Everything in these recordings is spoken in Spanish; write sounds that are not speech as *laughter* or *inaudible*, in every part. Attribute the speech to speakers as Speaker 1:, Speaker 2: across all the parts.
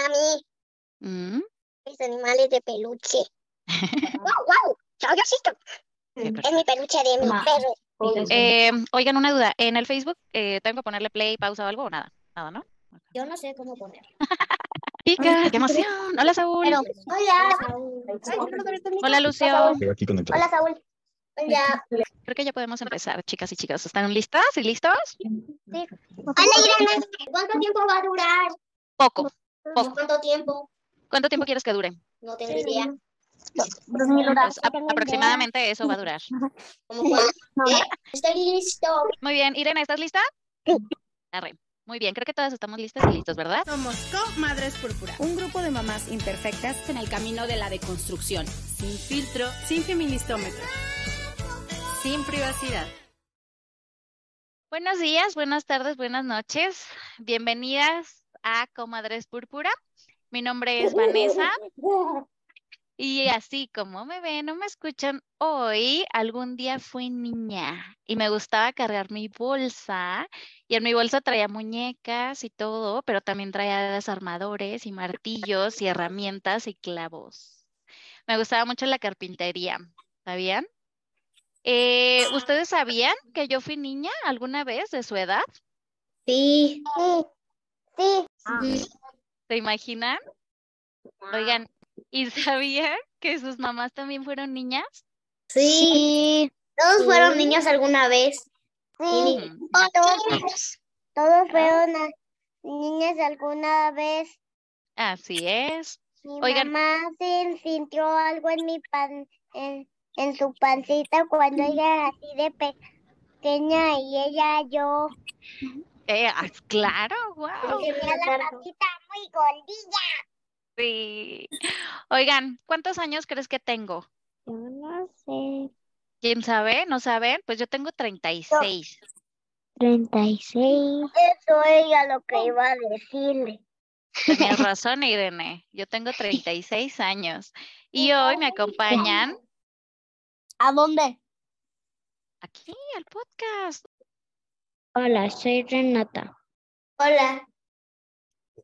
Speaker 1: Mami,
Speaker 2: Mm,
Speaker 1: mis animales de
Speaker 2: *laughs*
Speaker 1: peluche. ¡Wow, wow! ¡Chao, Diosito!
Speaker 2: qué
Speaker 1: Es mi peluche de mi
Speaker 3: Ma.
Speaker 1: perro.
Speaker 2: Eh, oigan, una duda. ¿En el Facebook eh, tengo que ponerle play, pausa o algo o nada? Nada, ¿no?
Speaker 3: Yo no sé cómo poner.
Speaker 2: Chicas, qué emoción. Hola, Saúl.
Speaker 1: Pero- Hola.
Speaker 2: Hola, Lucio.
Speaker 4: Estoy aquí con el
Speaker 1: Hola, Saúl. Hola.
Speaker 2: Creo que ya podemos empezar, chicas y chicos. ¿Están listas y listos?
Speaker 1: Hola, Irene. ¿Cuánto tiempo va a durar?
Speaker 2: Poco. Poco.
Speaker 1: ¿Cuánto tiempo?
Speaker 2: ¿Cuánto tiempo quieres que dure?
Speaker 1: No tengo idea.
Speaker 2: Pues, a- aproximadamente eso va a durar.
Speaker 1: ¿Cómo cuánto? ¿Eh? Estoy listo.
Speaker 2: Muy bien. Irene, ¿estás lista? Arre. Muy bien. Creo que todas estamos listas y listos, ¿verdad?
Speaker 5: Somos Co-Madres Púrpura,
Speaker 6: Un grupo de mamás imperfectas
Speaker 5: en el camino de la deconstrucción, sin filtro, sin feministómetro, sin privacidad.
Speaker 2: Buenos días, buenas tardes, buenas noches. Bienvenidas a Comadres Púrpura. Mi nombre es Vanessa. Y así como me ven o me escuchan hoy, algún día fui niña y me gustaba cargar mi bolsa. Y en mi bolsa traía muñecas y todo, pero también traía desarmadores y martillos y herramientas y clavos. Me gustaba mucho la carpintería, ¿sabían? Eh, ¿ustedes sabían que yo fui niña alguna vez de su edad?
Speaker 1: Sí. Sí. Sí.
Speaker 2: ¿Se imaginan? Oigan, ¿y sabían que sus mamás también fueron niñas?
Speaker 1: Sí. Todos fueron niños alguna vez. Sí.
Speaker 2: Mm.
Speaker 1: Ah. Todos. Todos fueron a- niñas alguna vez.
Speaker 2: Así es.
Speaker 1: Mi
Speaker 2: Oigan.
Speaker 1: mamá se sintió algo en mi pan, en, en su pancita cuando ella era así de pequeña y ella yo
Speaker 2: Eh, ah, claro, wow.
Speaker 1: tenía la pancita muy gordita.
Speaker 2: Sí. Oigan, ¿cuántos años crees que tengo?
Speaker 1: Yo no sé.
Speaker 2: ¿Quién sabe? ¿No saben? Pues yo tengo 36.
Speaker 1: 36. Eso era lo que iba a decirle.
Speaker 2: Tenías razón, Irene. Yo tengo 36 años. Y hoy me acompañan
Speaker 1: ¿A dónde?
Speaker 2: aquí al podcast.
Speaker 1: Hola, soy Renata. Hola.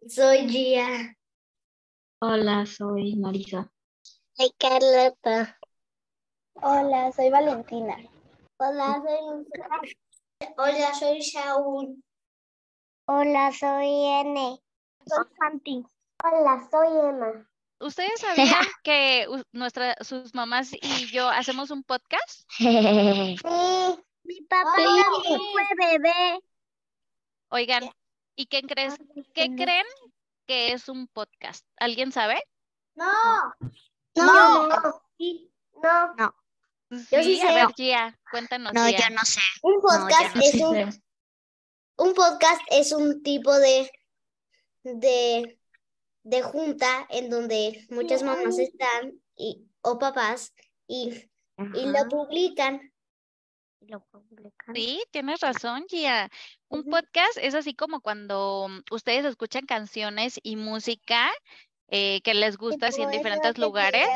Speaker 1: Soy Gia.
Speaker 3: Hola, soy Marisa.
Speaker 1: Soy Carlota. Hola, soy Valentina. Hola, soy Hola, soy Saúl. Hola, soy N. Soy Santi. Hola, soy Emma.
Speaker 2: ¿Ustedes sabían que u- nuestra, sus mamás y yo hacemos un podcast?
Speaker 1: Sí. Mi papá también fue bebé.
Speaker 2: Oigan, ¿y qué crees?
Speaker 1: Ah,
Speaker 2: ¿Qué creen que es un podcast? ¿Alguien sabe?
Speaker 1: No. No. No. No. Yo sí
Speaker 2: a
Speaker 1: sé.
Speaker 2: ver, Gia, cuéntanos,
Speaker 6: No,
Speaker 2: Gia.
Speaker 6: yo no sé.
Speaker 1: Un
Speaker 6: yo
Speaker 1: podcast
Speaker 6: no
Speaker 1: es un un podcast es un tipo de, de, de junta en donde muchas mamás están y, o papás y, y lo publican. Lo publican.
Speaker 2: Sí, tienes razón, Gia. Un
Speaker 1: Ujú.
Speaker 2: podcast es así como cuando mm, ustedes escuchan canciones y música eh, que les gusta así en diferentes lugares.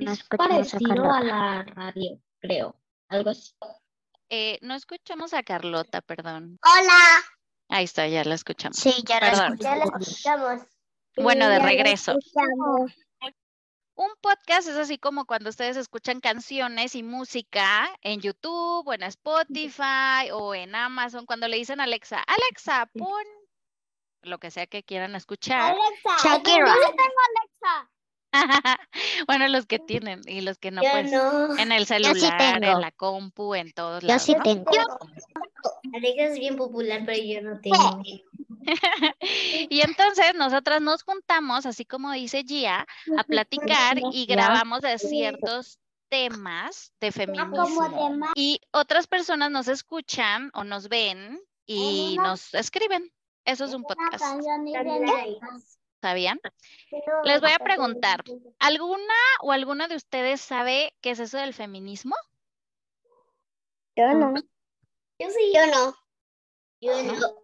Speaker 3: Es parecido a la radio, creo. Algo así.
Speaker 2: Eh, no escuchamos a Carlota, perdón.
Speaker 1: Hola,
Speaker 2: Ahí está, ya la escuchamos.
Speaker 6: Sí, ya la
Speaker 2: Perdón.
Speaker 1: ya lo
Speaker 6: escuché.
Speaker 1: escuchamos.
Speaker 2: Bueno, de
Speaker 1: ya lo
Speaker 2: regreso.
Speaker 1: escuchamos.
Speaker 2: Un podcast es así como cuando ustedes escuchan canciones y música en YouTube o en Spotify o en Amazon, cuando le dicen a Alexa, Alexa, pon lo que sea que quieran escuchar.
Speaker 1: Alexa,
Speaker 6: Shakira.
Speaker 1: Yo no tengo
Speaker 2: *laughs* bueno, los que tienen y los que no,
Speaker 1: Alexa.
Speaker 2: pues
Speaker 1: no.
Speaker 2: en el celular,
Speaker 6: tengo.
Speaker 2: en la compu, en todos
Speaker 6: Yo
Speaker 2: lados,
Speaker 6: sí
Speaker 2: ¿no?
Speaker 6: tengo.
Speaker 1: Alexa es bien popular, pero yo no tengo.
Speaker 2: *laughs* Y entonces nosotras nos juntamos, así como dice Gia, a platicar y grabamos de ciertos temas de feminismo. Y otras personas nos escuchan o nos ven y
Speaker 1: una-
Speaker 2: nos escriben. Eso es un podcast, ¿sabían?
Speaker 1: Les
Speaker 2: Les voy a preguntar. ¿Alguna o alguno de ustedes sabe qué es eso del feminismo?
Speaker 1: Yo no. Yo sí. Yo no. Yo
Speaker 2: ¿No?
Speaker 1: no.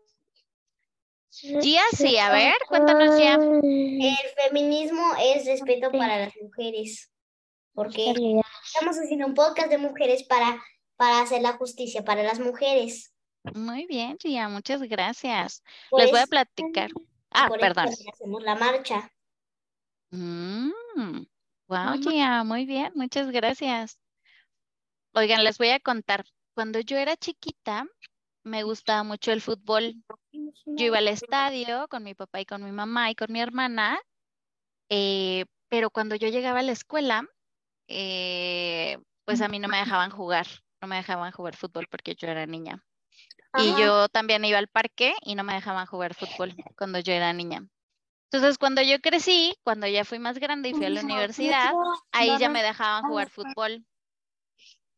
Speaker 2: Gia, sí, a ver, cuéntanos, Gia.
Speaker 1: El feminismo es respeto para las mujeres.
Speaker 2: Eh,
Speaker 1: Porque estamos haciendo un podcast de mujeres para, para hacer la justicia para las mujeres.
Speaker 2: Muy bien, Gia, muchas gracias.
Speaker 1: Por
Speaker 2: Les voy a
Speaker 1: eso-
Speaker 2: platicar. Ah,
Speaker 3: Pues, Por eso
Speaker 2: perdón.
Speaker 3: también hacemos la marcha.
Speaker 2: Mm, wow, Gia, muy bien, muchas gracias. Oigan, les voy a contar. Cuando yo era chiquita, me gustaba mucho el fútbol. Yo iba al estadio con mi papá y con mi mamá y con mi hermana, eh, pero cuando yo llegaba a la escuela, eh, pues a mí no me dejaban jugar, no me dejaban jugar fútbol porque yo era niña. Y
Speaker 3: Ajá.
Speaker 2: yo también iba al parque y no me dejaban jugar fútbol cuando yo era niña. Entonces, cuando yo crecí, cuando ya fui más grande y fui a la universidad, ahí ya me dejaban jugar fútbol.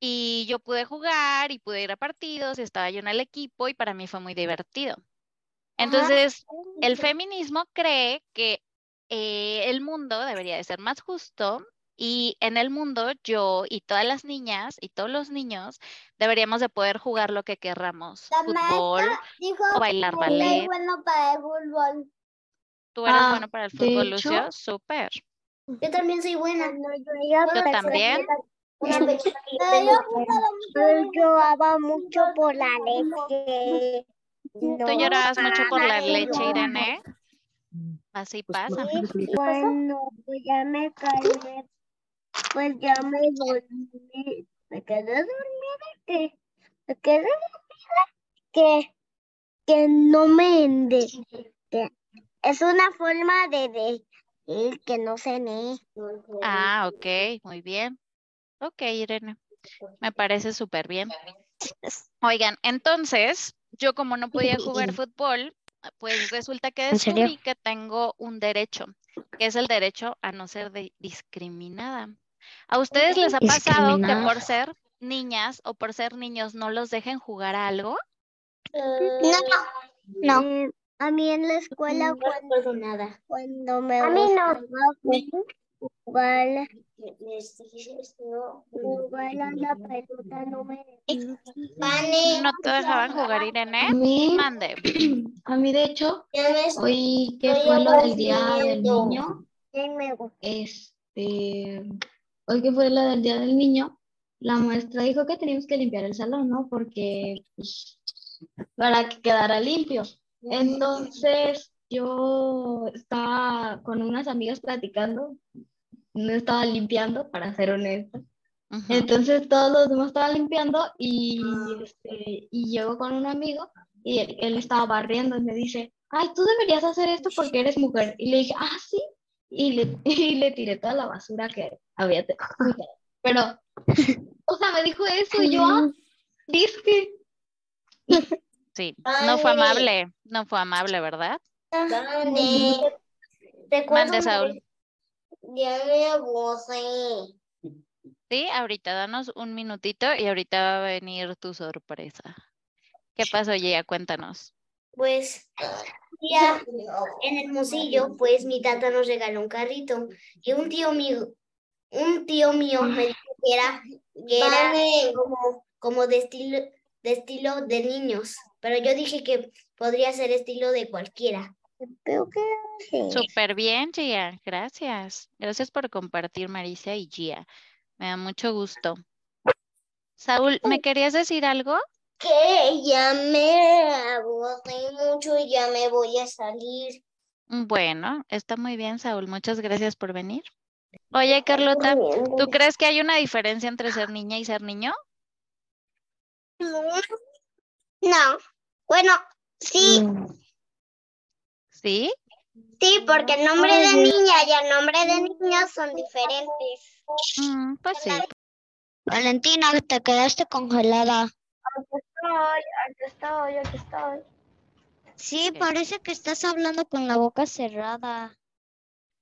Speaker 2: Y yo pude jugar y pude ir a partidos, y estaba yo en el equipo y para mí fue muy divertido. Entonces, el feminismo cree que eh, el mundo debería de ser más justo y en el mundo yo y todas las niñas y todos los niños deberíamos de poder jugar lo que querramos,
Speaker 3: La
Speaker 2: fútbol
Speaker 3: maestra dijo
Speaker 2: o bailar
Speaker 3: que soy
Speaker 2: ballet.
Speaker 3: bueno para el fútbol.
Speaker 2: ¿Tú eres
Speaker 7: Ah,
Speaker 2: bueno para el
Speaker 7: de
Speaker 2: fútbol,
Speaker 7: hecho-
Speaker 2: Lucio? Súper.
Speaker 3: Yo también soy buena.
Speaker 2: Yo también.
Speaker 3: *laughs* Una pechita que yo tengo.
Speaker 1: Yo lloraba mucho por la leche.
Speaker 2: ¿Tú llorabas mucho por la
Speaker 3: sí,
Speaker 2: leche,
Speaker 3: no.
Speaker 2: Irene?
Speaker 7: Mm,
Speaker 2: Así
Speaker 7: pues,
Speaker 2: pasa.
Speaker 1: Bueno, pues ya me calmé. Pues ya me dormí. Me quedé dormida que me quedé dormida que que no me ende. que Es una forma de decir que no cené.
Speaker 2: Ah, ok, muy bien. Ok, Irene, me parece súper bien. Oigan, entonces, yo como no podía
Speaker 7: *laughs*
Speaker 2: jugar fútbol, pues resulta que
Speaker 7: ¿En serio?
Speaker 2: descubrí que tengo un derecho, que es el derecho a no ser de- discriminada. ¿A ustedes les ha pasado que
Speaker 7: Discriminada.
Speaker 2: por ser niñas o por ser niños no los dejen jugar a algo?
Speaker 3: No.
Speaker 1: Eh, a mí en la escuela
Speaker 3: eh, No recuerdo nada.
Speaker 1: cuando me
Speaker 3: A mí no.
Speaker 1: gustaba jugar, jugar a la pelota no me
Speaker 3: Vane,
Speaker 2: ¿No te dejaban jugar,
Speaker 7: A
Speaker 2: Irene?
Speaker 7: mí,
Speaker 2: Mande.
Speaker 7: a mí, de hecho,
Speaker 3: ya me estoy
Speaker 7: hoy que
Speaker 3: Estoy
Speaker 7: fue lo del Día del
Speaker 3: aburriendo.
Speaker 7: Niño,
Speaker 1: me gustaba.
Speaker 7: este, hoy que fue lo del Día del Niño, la maestra dijo que teníamos que limpiar el salón, ¿no? Porque, pues, para que quedara limpio. Entonces, yo estaba con unas amigas platicando, no estaba limpiando, para ser honesta.
Speaker 2: Ujú.
Speaker 7: Entonces todos los demás estaban limpiando y, este, y llego con un amigo y él, él estaba barriendo y me dice, ay, tú deberías hacer esto porque eres mujer. Y le dije, ah, sí. Y le, *laughs* y le tiré toda la basura que había. te- Pero, o sea, me dijo eso y yo, ah, disque.
Speaker 2: Sí, no fue
Speaker 3: Vane.
Speaker 2: amable, no fue amable, ¿verdad?
Speaker 3: Vane. Recuerdo
Speaker 2: Mande,
Speaker 3: una
Speaker 2: Saúl.
Speaker 3: vez- Ya me aburrí.
Speaker 2: Sí, ahorita danos un minutito y ahorita va a venir tu sorpresa. ¿Qué pasó, Gia? Cuéntanos.
Speaker 3: Pues ya en Hermosillo, pues mi tata nos regaló un carrito y un tío mío, un tío mío me dijo que era, que era como, como de estilo de estilo de niños, pero yo dije que podría ser estilo de cualquiera.
Speaker 1: Creo que sí.
Speaker 2: Súper bien, Gia. Gracias. Gracias por compartir, Marisa y Gia. Me da mucho gusto. Saúl, ¿me querías decir algo?
Speaker 3: Que ya me aburrí mucho y ya me voy a salir.
Speaker 2: Bueno, está muy bien, Saúl. Muchas gracias por venir. Oye, Carlota, ¿tú crees que hay una diferencia entre ser niña y ser niño?
Speaker 1: Mm. No. Bueno, sí,
Speaker 2: Sí.
Speaker 1: sí, porque el nombre de niña y el nombre de niño son diferentes.
Speaker 2: Mm, pues sí.
Speaker 1: Valentina, te quedaste congelada.
Speaker 2: Sí,
Speaker 1: parece que estás hablando con la boca cerrada.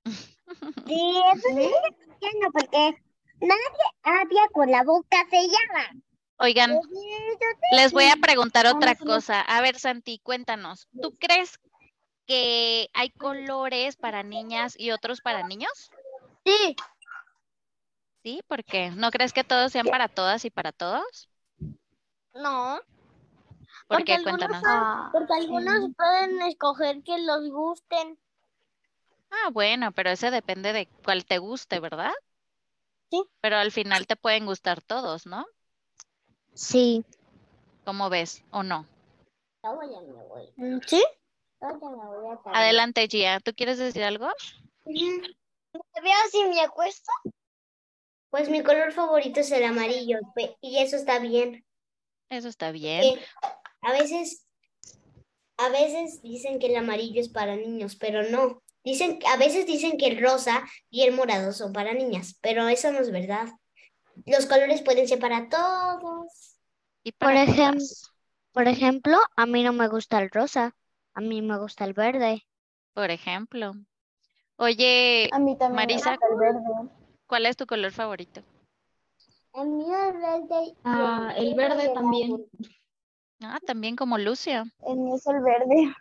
Speaker 1: *laughs* Sí, eso sí es cristiano, porque nadie habla con la boca sellada.
Speaker 2: Oigan, Les voy a preguntar otra cosa. A ver, Santi, cuéntanos. ¿Tú crees que hay colores para niñas y otros para niños?
Speaker 1: Sí,
Speaker 2: Sí, ¿por qué? ¿No crees que todos sean para todas y para todos?
Speaker 1: no.
Speaker 2: ¿Por
Speaker 1: Porque
Speaker 2: qué?
Speaker 1: algunos
Speaker 2: Cuéntanos.
Speaker 1: son- Porque algunos pueden escoger que los gusten.
Speaker 2: Ah, bueno, pero ese depende de cuál te guste, ¿verdad?
Speaker 1: Sí.
Speaker 2: Pero al final te pueden gustar todos, ¿no?
Speaker 1: Sí.
Speaker 2: ¿Cómo ves o no?
Speaker 1: Mm, ¿Sí?
Speaker 2: Adelante, Gia. ¿Tú quieres decir algo?
Speaker 3: ¿Me veo si me acuesto? Pues mi color favorito es el amarillo pe- y eso está bien.
Speaker 2: Eso está bien.
Speaker 3: Eh, a veces, a veces dicen que el amarillo es para niños, pero no. Dicen, a veces dicen que el rosa y el morado son para niñas, pero eso no es verdad. Los colores pueden ser para todos.
Speaker 2: Y
Speaker 8: Por
Speaker 2: para todas.
Speaker 8: ejemplo, por ejemplo, a mí no me gusta el rosa, a mí me gusta el verde.
Speaker 2: Por ejemplo. Oye,
Speaker 1: A mí también
Speaker 2: Marisa.
Speaker 1: me gusta el verde.
Speaker 2: ¿cuál es tu color favorito?
Speaker 1: El mío es verde. y
Speaker 7: Ah, el
Speaker 1: mío
Speaker 7: verde
Speaker 1: es
Speaker 7: también.
Speaker 2: Ah, también como Lucia.
Speaker 1: El mío es el
Speaker 3: *laughs*
Speaker 1: verde.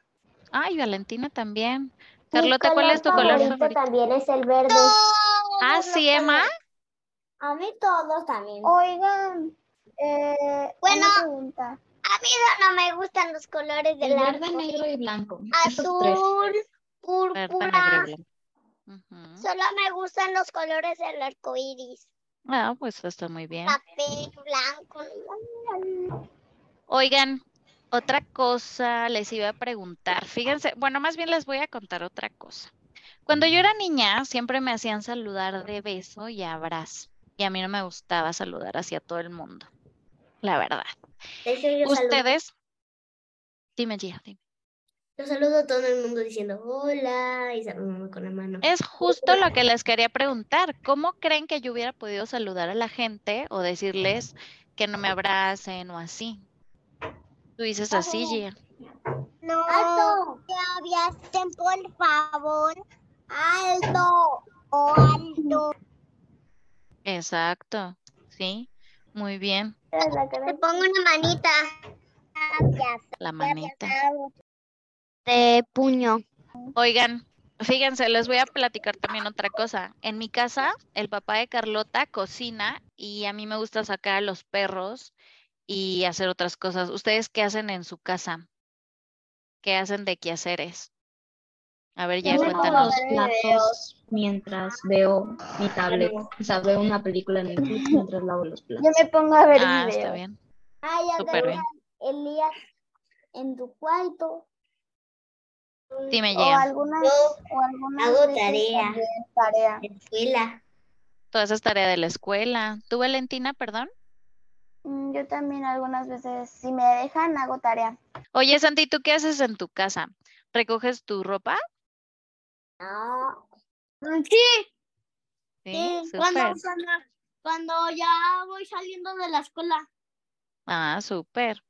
Speaker 2: Ay, Valentina también. Carlota, ¿cuál es tu color favorito?
Speaker 3: este también es el verde.
Speaker 2: Ah, sí, Emma.
Speaker 3: A mí todos también.
Speaker 1: Oigan, eh,
Speaker 3: Bueno.
Speaker 1: una pregunta.
Speaker 3: A mí no me gustan los colores
Speaker 7: El verde, negro y blanco. Esos tres.
Speaker 3: azul,
Speaker 2: Verde, negro y
Speaker 3: púrpura.
Speaker 2: blanco. Ujú.
Speaker 3: Solo me gustan los colores del arco iris.
Speaker 2: Ah, pues está muy bien.
Speaker 3: Papel blanco.
Speaker 2: Oigan, otra cosa les iba a preguntar. Fíjense, bueno, más bien les voy a contar otra cosa. Cuando yo era niña, siempre me hacían saludar de beso y abrazo. Y a mí no me gustaba saludar hacia todo el mundo, la verdad.
Speaker 3: De hecho, yo saludo,
Speaker 2: Ustedes, dime, Gia, dime.
Speaker 3: yo saludo a todo el mundo diciendo hola y saludándome con la mano.
Speaker 2: Es justo lo que les quería preguntar. ¿Cómo creen que yo hubiera podido saludar a la gente o decirles que no me abracen o así? Tú dices así, Gia.
Speaker 1: No,
Speaker 3: Ah,
Speaker 1: Alto. te aviasten, por favor. Alto. O alto.
Speaker 2: Exacto, sí, muy bien,
Speaker 1: Te
Speaker 3: Te pongo una manita.
Speaker 2: la manita.
Speaker 8: De puño.
Speaker 2: Oigan, fíjense, les voy a platicar también otra cosa. En mi casa, el papá de Carlota cocina y a mí me gusta sacar a los perros y hacer otras cosas. ¿Ustedes qué hacen en su casa? ¿Qué hacen de quehaceres? A ver, ya
Speaker 7: Yo lavo
Speaker 2: cuéntanos.
Speaker 7: los platos mientras veo mi tablet. O sea, veo una película en Netflix mientras lavo los platos.
Speaker 1: Yo me pongo a ver
Speaker 2: Ah, está
Speaker 1: videos.
Speaker 2: bien,
Speaker 1: Ay,
Speaker 2: súper bien.
Speaker 1: Elías, en tu cuarto.
Speaker 2: Dime,
Speaker 1: O
Speaker 2: Gia,
Speaker 1: alguna,
Speaker 3: Yo
Speaker 1: o algunas
Speaker 3: hago
Speaker 1: veces
Speaker 3: tarea.
Speaker 1: también tarea.
Speaker 3: Escuela.
Speaker 2: toda esa es tarea de la escuela. ¿Tú, Valentina, perdón?
Speaker 1: Mm, Yo también algunas veces, si me dejan, hago tarea.
Speaker 2: Oye, Santi, ¿tú qué haces en tu casa? ¿Recoges tu ropa?
Speaker 3: No.
Speaker 2: Sí,
Speaker 3: cuando,
Speaker 2: súper.
Speaker 3: cuando, cuando ya voy saliendo de la escuela.
Speaker 2: Ah, súper.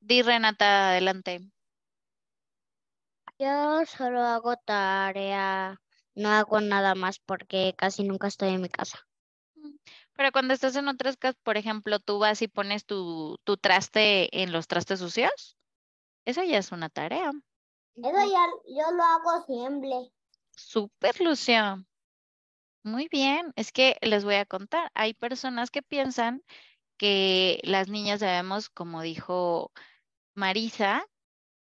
Speaker 2: Di Renata, adelante.
Speaker 8: Yo solo hago tarea, no hago nada más porque casi nunca estoy en mi casa.
Speaker 2: Mm, Pero cuando estás en otras casas, por ejemplo, tú vas y pones tu, tu traste en los trastes sucios. Esa ya es una tarea.
Speaker 3: Eso ya yo lo hago siempre.
Speaker 2: Súper, Lucio. Muy bien. Es que les voy a contar. Hay personas que piensan que las niñas debemos, como dijo Marisa,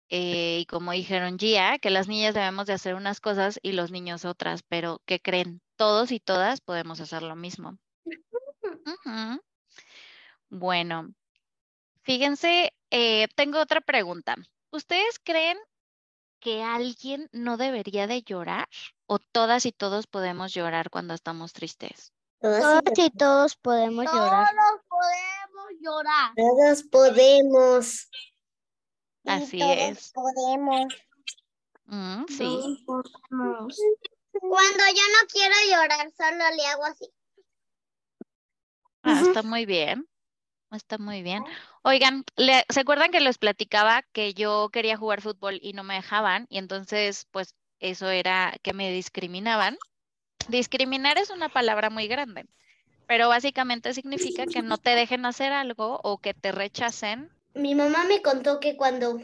Speaker 2: eh, y como dijeron Gia, que las niñas debemos de hacer unas cosas y los niños otras, pero que creen todos y todas podemos hacer lo mismo. Ujú. Bueno, fíjense, eh, tengo otra pregunta. ¿Ustedes creen que alguien no debería de llorar o todas y todos podemos llorar cuando estamos tristes?
Speaker 1: Ah,
Speaker 8: Todos y todos podemos llorar.
Speaker 1: podemos llorar.
Speaker 3: Todos podemos.
Speaker 2: Así es.
Speaker 1: Podemos.
Speaker 2: Mm, sí.
Speaker 3: Cuando yo no quiero llorar, solo le hago así.
Speaker 2: Ah, está muy bien. Está muy bien. Oigan, le- ¿se acuerdan que les platicaba que yo quería jugar fútbol y no me dejaban? Y entonces, pues eso era que me discriminaban. Discriminar es una palabra muy grande, pero básicamente significa que no te dejen hacer algo o que te rechacen.
Speaker 3: Mi mamá me contó que cuando,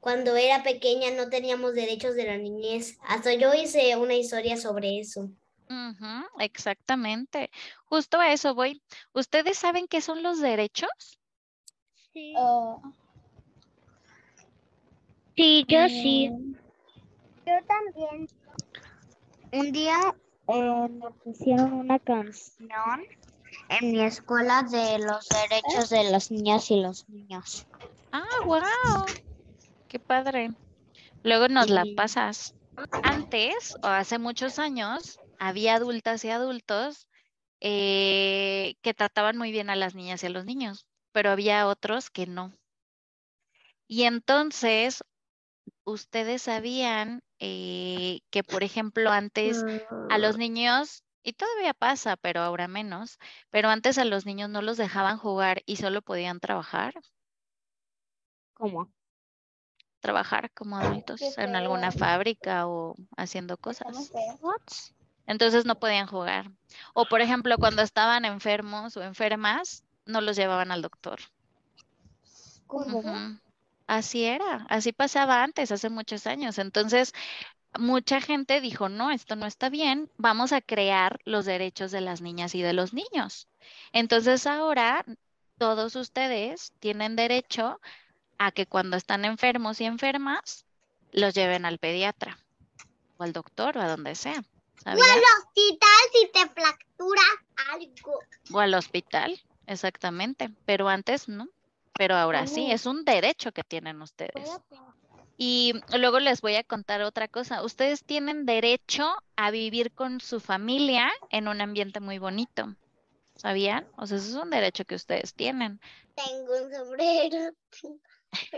Speaker 3: cuando era pequeña no teníamos derechos de la niñez. Hasta yo hice una historia sobre eso.
Speaker 2: Ujú, exactamente. Justo a eso voy. ¿Ustedes saben qué son los derechos?
Speaker 8: Sí, yo sí.
Speaker 1: Eh, yo también.
Speaker 8: Un día eh, me pusieron una canción en mi escuela de los derechos de las niñas y los niños.
Speaker 2: Ah, wow. Qué padre. Luego nos la
Speaker 7: Y-
Speaker 2: pasas. Antes, o hace muchos años, había adultas y adultos eh, que trataban muy bien a las niñas y a los niños, pero había otros que no. Y entonces, ustedes sabían eh, que, por ejemplo, antes a los niños, y todavía pasa, pero ahora menos, pero antes a los niños no los dejaban jugar y solo podían trabajar,
Speaker 8: ¿Cómo?
Speaker 2: trabajar como adultos en alguna
Speaker 1: feo.
Speaker 2: fábrica o haciendo cosas. Entonces no podían jugar. O por ejemplo, cuando estaban enfermos o enfermas, no los llevaban al doctor. Ujú. Así era, así pasaba antes, hace muchos años. Entonces, mucha gente dijo, no, esto no está bien, vamos a crear los derechos de las niñas y de los niños. Entonces, ahora todos ustedes tienen derecho a que cuando están enfermos y enfermas, los lleven al pediatra o al doctor o a donde sea. ¿sabías?
Speaker 3: hospital si te fractura algo.
Speaker 2: O al hospital, exactamente. Pero antes no. Pero ahora sí, es un derecho que tienen ustedes. Y luego les voy a contar otra cosa. Ustedes tienen derecho a vivir con su familia en un ambiente muy bonito. ¿Sabían? O sea, eso es un derecho que ustedes tienen.
Speaker 3: Tengo un sombrero.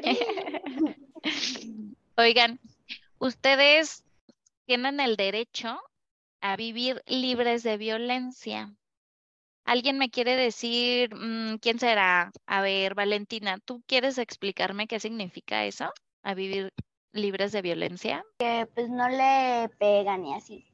Speaker 2: *laughs* Oigan, ustedes tienen el derecho a vivir libres de violencia. ¿Alguien me quiere decir mm, quién será? A ver, Valentina, ¿tú quieres explicarme qué significa eso? A vivir libres de violencia.
Speaker 1: Que pues no le pegan y así.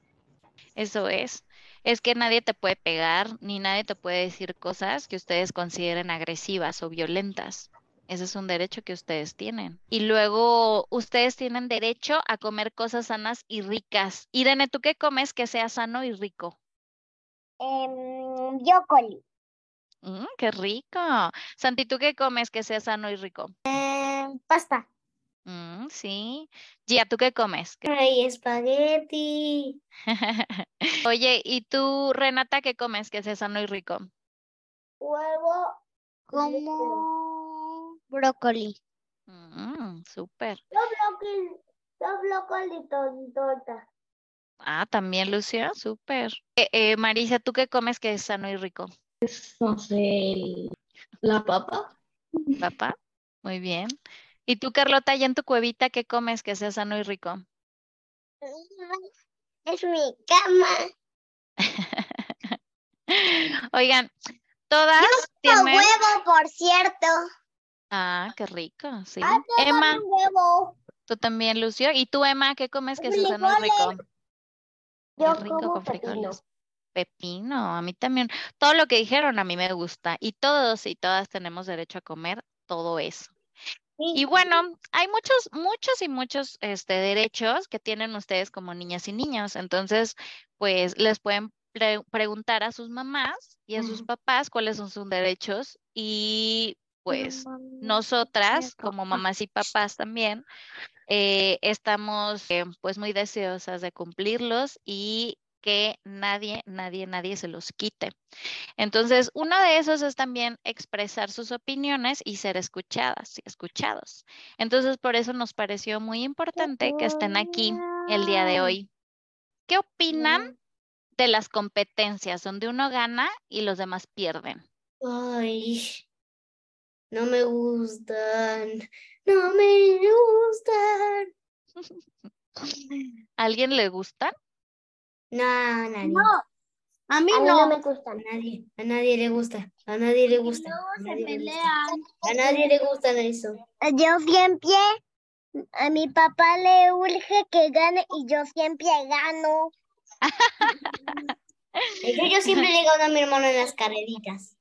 Speaker 2: Eso es. Es que nadie te puede pegar ni nadie te puede decir cosas que ustedes consideren agresivas o violentas. Ese es un derecho que ustedes tienen. Y luego ustedes tienen derecho a comer cosas sanas y ricas. Irene, ¿tú qué comes que sea sano y rico?
Speaker 1: Em, brócoli.
Speaker 2: Mm, ¡Qué rico! Santi, ¿tú qué comes que sea sano y rico?
Speaker 1: pasta.
Speaker 2: Mm, sí. Gia, ¿tú qué comes? *laughs*
Speaker 3: Ay, espagueti.
Speaker 2: Oye, ¿y tú, Renata, qué comes que sea sano y rico?
Speaker 3: Huevo.
Speaker 8: Como brócoli.
Speaker 2: Mm, súper.
Speaker 3: Dos brócoli con torta.
Speaker 2: Ah, también, Lucio, súper. Eh, eh, Marisa, ¿tú qué comes que es sano y rico?
Speaker 7: No sé, el- la papa.
Speaker 2: Papá, muy bien. ¿Y tú, Carlota, allá en tu cuevita, qué comes que sea sano y rico?
Speaker 3: Es mi cama.
Speaker 2: Oigan, todas
Speaker 3: Con
Speaker 2: tienen...
Speaker 3: huevo, por cierto.
Speaker 2: Ah, qué rico, sí.
Speaker 3: Ah, todo
Speaker 2: Emma,
Speaker 3: un huevo.
Speaker 2: tú también, Lucio. ¿Y tú, Emma, qué comes que sea sano y
Speaker 3: Frijoles.
Speaker 2: rico? Qué
Speaker 1: Pues Yo
Speaker 2: rico
Speaker 1: como
Speaker 2: con frijoles.
Speaker 1: pepino.
Speaker 2: Pepino, a mí también. Todo lo que dijeron a mí me gusta. Y todos y todas tenemos derecho a comer todo eso. Y bueno, hay muchos, muchos y muchos este, derechos que tienen ustedes como niñas y niños. Entonces, pues les pueden pre- preguntar a sus mamás y a sus papás cuáles son sus derechos y pues nosotras como mamás y papás también eh, estamos eh, pues muy deseosas de cumplirlos y que nadie, nadie, nadie se los quite. Entonces, uno de esos es también expresar sus opiniones y ser escuchadas y escuchados. Entonces, por eso nos pareció muy importante que estén aquí el día
Speaker 7: Ah.
Speaker 2: de hoy. ¿Qué
Speaker 7: Mm.
Speaker 2: opinan de las competencias donde uno gana y los demás pierden?
Speaker 3: Ay, no me gustan. No me gustan.
Speaker 2: ¿A ¿Alguien le gusta?
Speaker 3: No, a nadie.
Speaker 8: A mí
Speaker 1: A mí no me gustan.
Speaker 3: A nadie, a nadie le gusta. A nadie le gusta. a nadie le gusta. A nadie le gusta eso.
Speaker 1: Yo siempre, a mi papá le urge que gane y yo siempre gano.
Speaker 3: Yo, yo siempre le gano a mi hermano en las carreritas.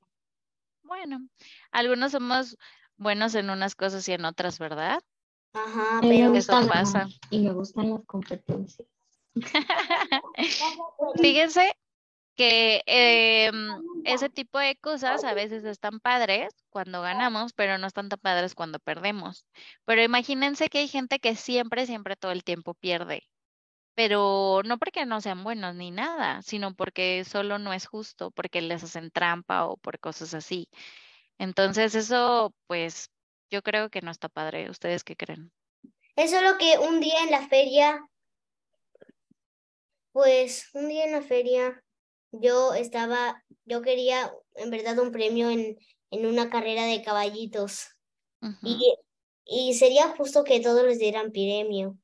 Speaker 2: Bueno, algunos somos buenos en unas cosas y en otras, ¿verdad?
Speaker 3: Ajá,
Speaker 7: A mí me
Speaker 3: pero
Speaker 2: Eso
Speaker 7: gustan las-
Speaker 2: pasa.
Speaker 7: y me gustan las competencias.
Speaker 2: Fíjense que em, ese tipo de cosas a veces están padres cuando ganamos, pero no están tan padres cuando perdemos. Pero imagínense que hay gente que siempre, siempre todo el tiempo pierde. Pero no porque no sean buenos ni nada, sino porque solo no es justo, porque les hacen trampa o por cosas así. Entonces eso, pues, yo creo que no está padre. ¿Ustedes qué creen?
Speaker 3: Es solo que un día en la feria, pues un día en la feria, yo estaba, yo quería en verdad un premio en, en una carrera de caballitos.
Speaker 2: Ujú.
Speaker 3: Y, y sería justo que todos les dieran premio.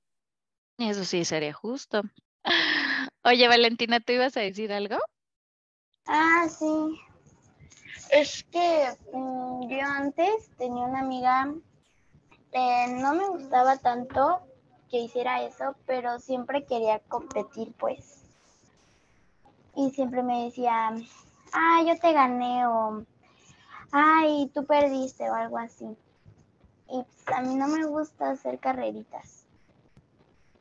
Speaker 2: Eso sí sería justo. *laughs* Oye, Valentina, ¿tú ibas a decir algo?
Speaker 1: Ah, sí. Es que mm, yo antes tenía una amiga, eh, no me gustaba tanto que hiciera eso, pero siempre quería competir, pues. Y siempre me decía, ah, yo te gané o, ay, tú perdiste o algo así. Y pues, a mí no me gusta hacer carreritas.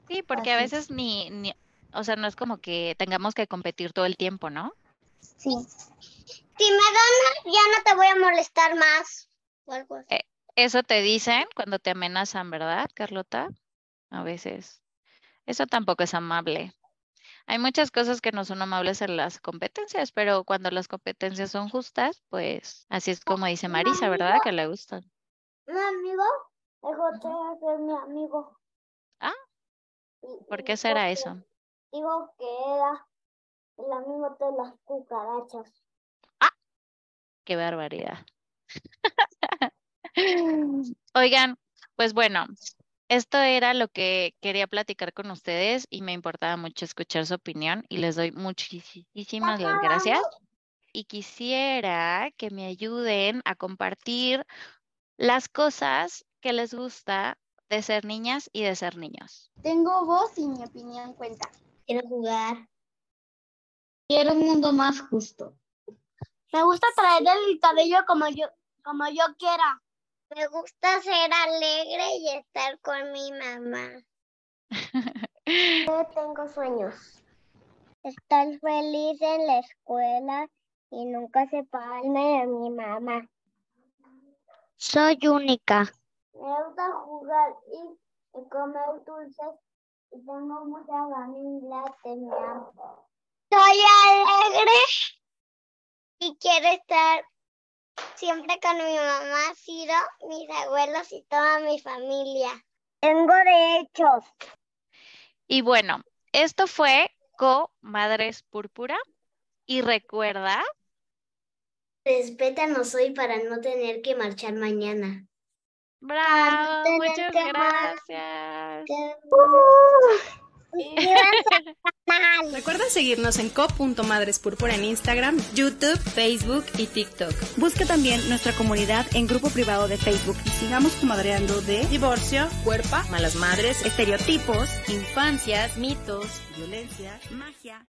Speaker 2: Sí, porque a
Speaker 1: Así es.
Speaker 2: veces ni, ni, o sea, no es como que tengamos que competir todo el tiempo, ¿no?
Speaker 1: Sí.
Speaker 3: Si me ganas, ya no te voy a molestar más. O algo así.
Speaker 2: Eso te dicen cuando te amenazan, ¿verdad, Carlota? A veces. Eso tampoco es amable. Hay muchas cosas que no son amables en las competencias, pero cuando las competencias son justas, pues así es como dice Marisa, ¿verdad? Que le gustan.
Speaker 3: Mi amigo dejó de ser mi amigo.
Speaker 2: Ah,
Speaker 3: Y-
Speaker 2: ¿Por
Speaker 3: y
Speaker 2: qué
Speaker 3: dijo
Speaker 2: será
Speaker 3: que-
Speaker 2: eso?
Speaker 3: Digo que era el amigo de las cucarachas.
Speaker 2: Qué barbaridad. Oigan, pues bueno, esto era lo que quería platicar con ustedes y me importaba mucho escuchar su opinión y les doy muchísimas las gracias. Y quisiera que me ayuden a compartir las cosas que les gusta de ser niñas y de ser niños.
Speaker 1: Tengo voz y mi opinión cuenta.
Speaker 3: Quiero jugar.
Speaker 7: Quiero un mundo más justo.
Speaker 3: Me gusta traer el cabello como yo, como yo quiera. Me gusta ser alegre y estar con
Speaker 2: *laughs*
Speaker 3: mi mamá. Yo tengo sueños.
Speaker 1: Estar feliz en la escuela y nunca separarme de mi mamá.
Speaker 8: Soy única.
Speaker 1: Me gusta jugar y, y comer dulces y tengo muchas familias de mi amo.
Speaker 3: Soy alegre y quiero estar siempre con mi mamá, Ciro, mis abuelos y toda mi familia.
Speaker 1: Tengo derechos.
Speaker 2: Y bueno, esto fue Comadres Púrpura. Y recuerda,
Speaker 3: Respétanos hoy para no tener que marchar mañana.
Speaker 2: bravo,
Speaker 1: tener
Speaker 2: muchas
Speaker 1: que mar-
Speaker 2: gracias.
Speaker 5: Recuerda seguirnos en co.madrespúrpura en Instagram, YouTube, Facebook y TikTok.
Speaker 6: Busca también nuestra comunidad en grupo privado de Facebook y sigamos comadreando de
Speaker 5: Divorcio, cuerpa, malas madres,
Speaker 6: estereotipos
Speaker 5: infancias, mitos, violencia,
Speaker 6: magia.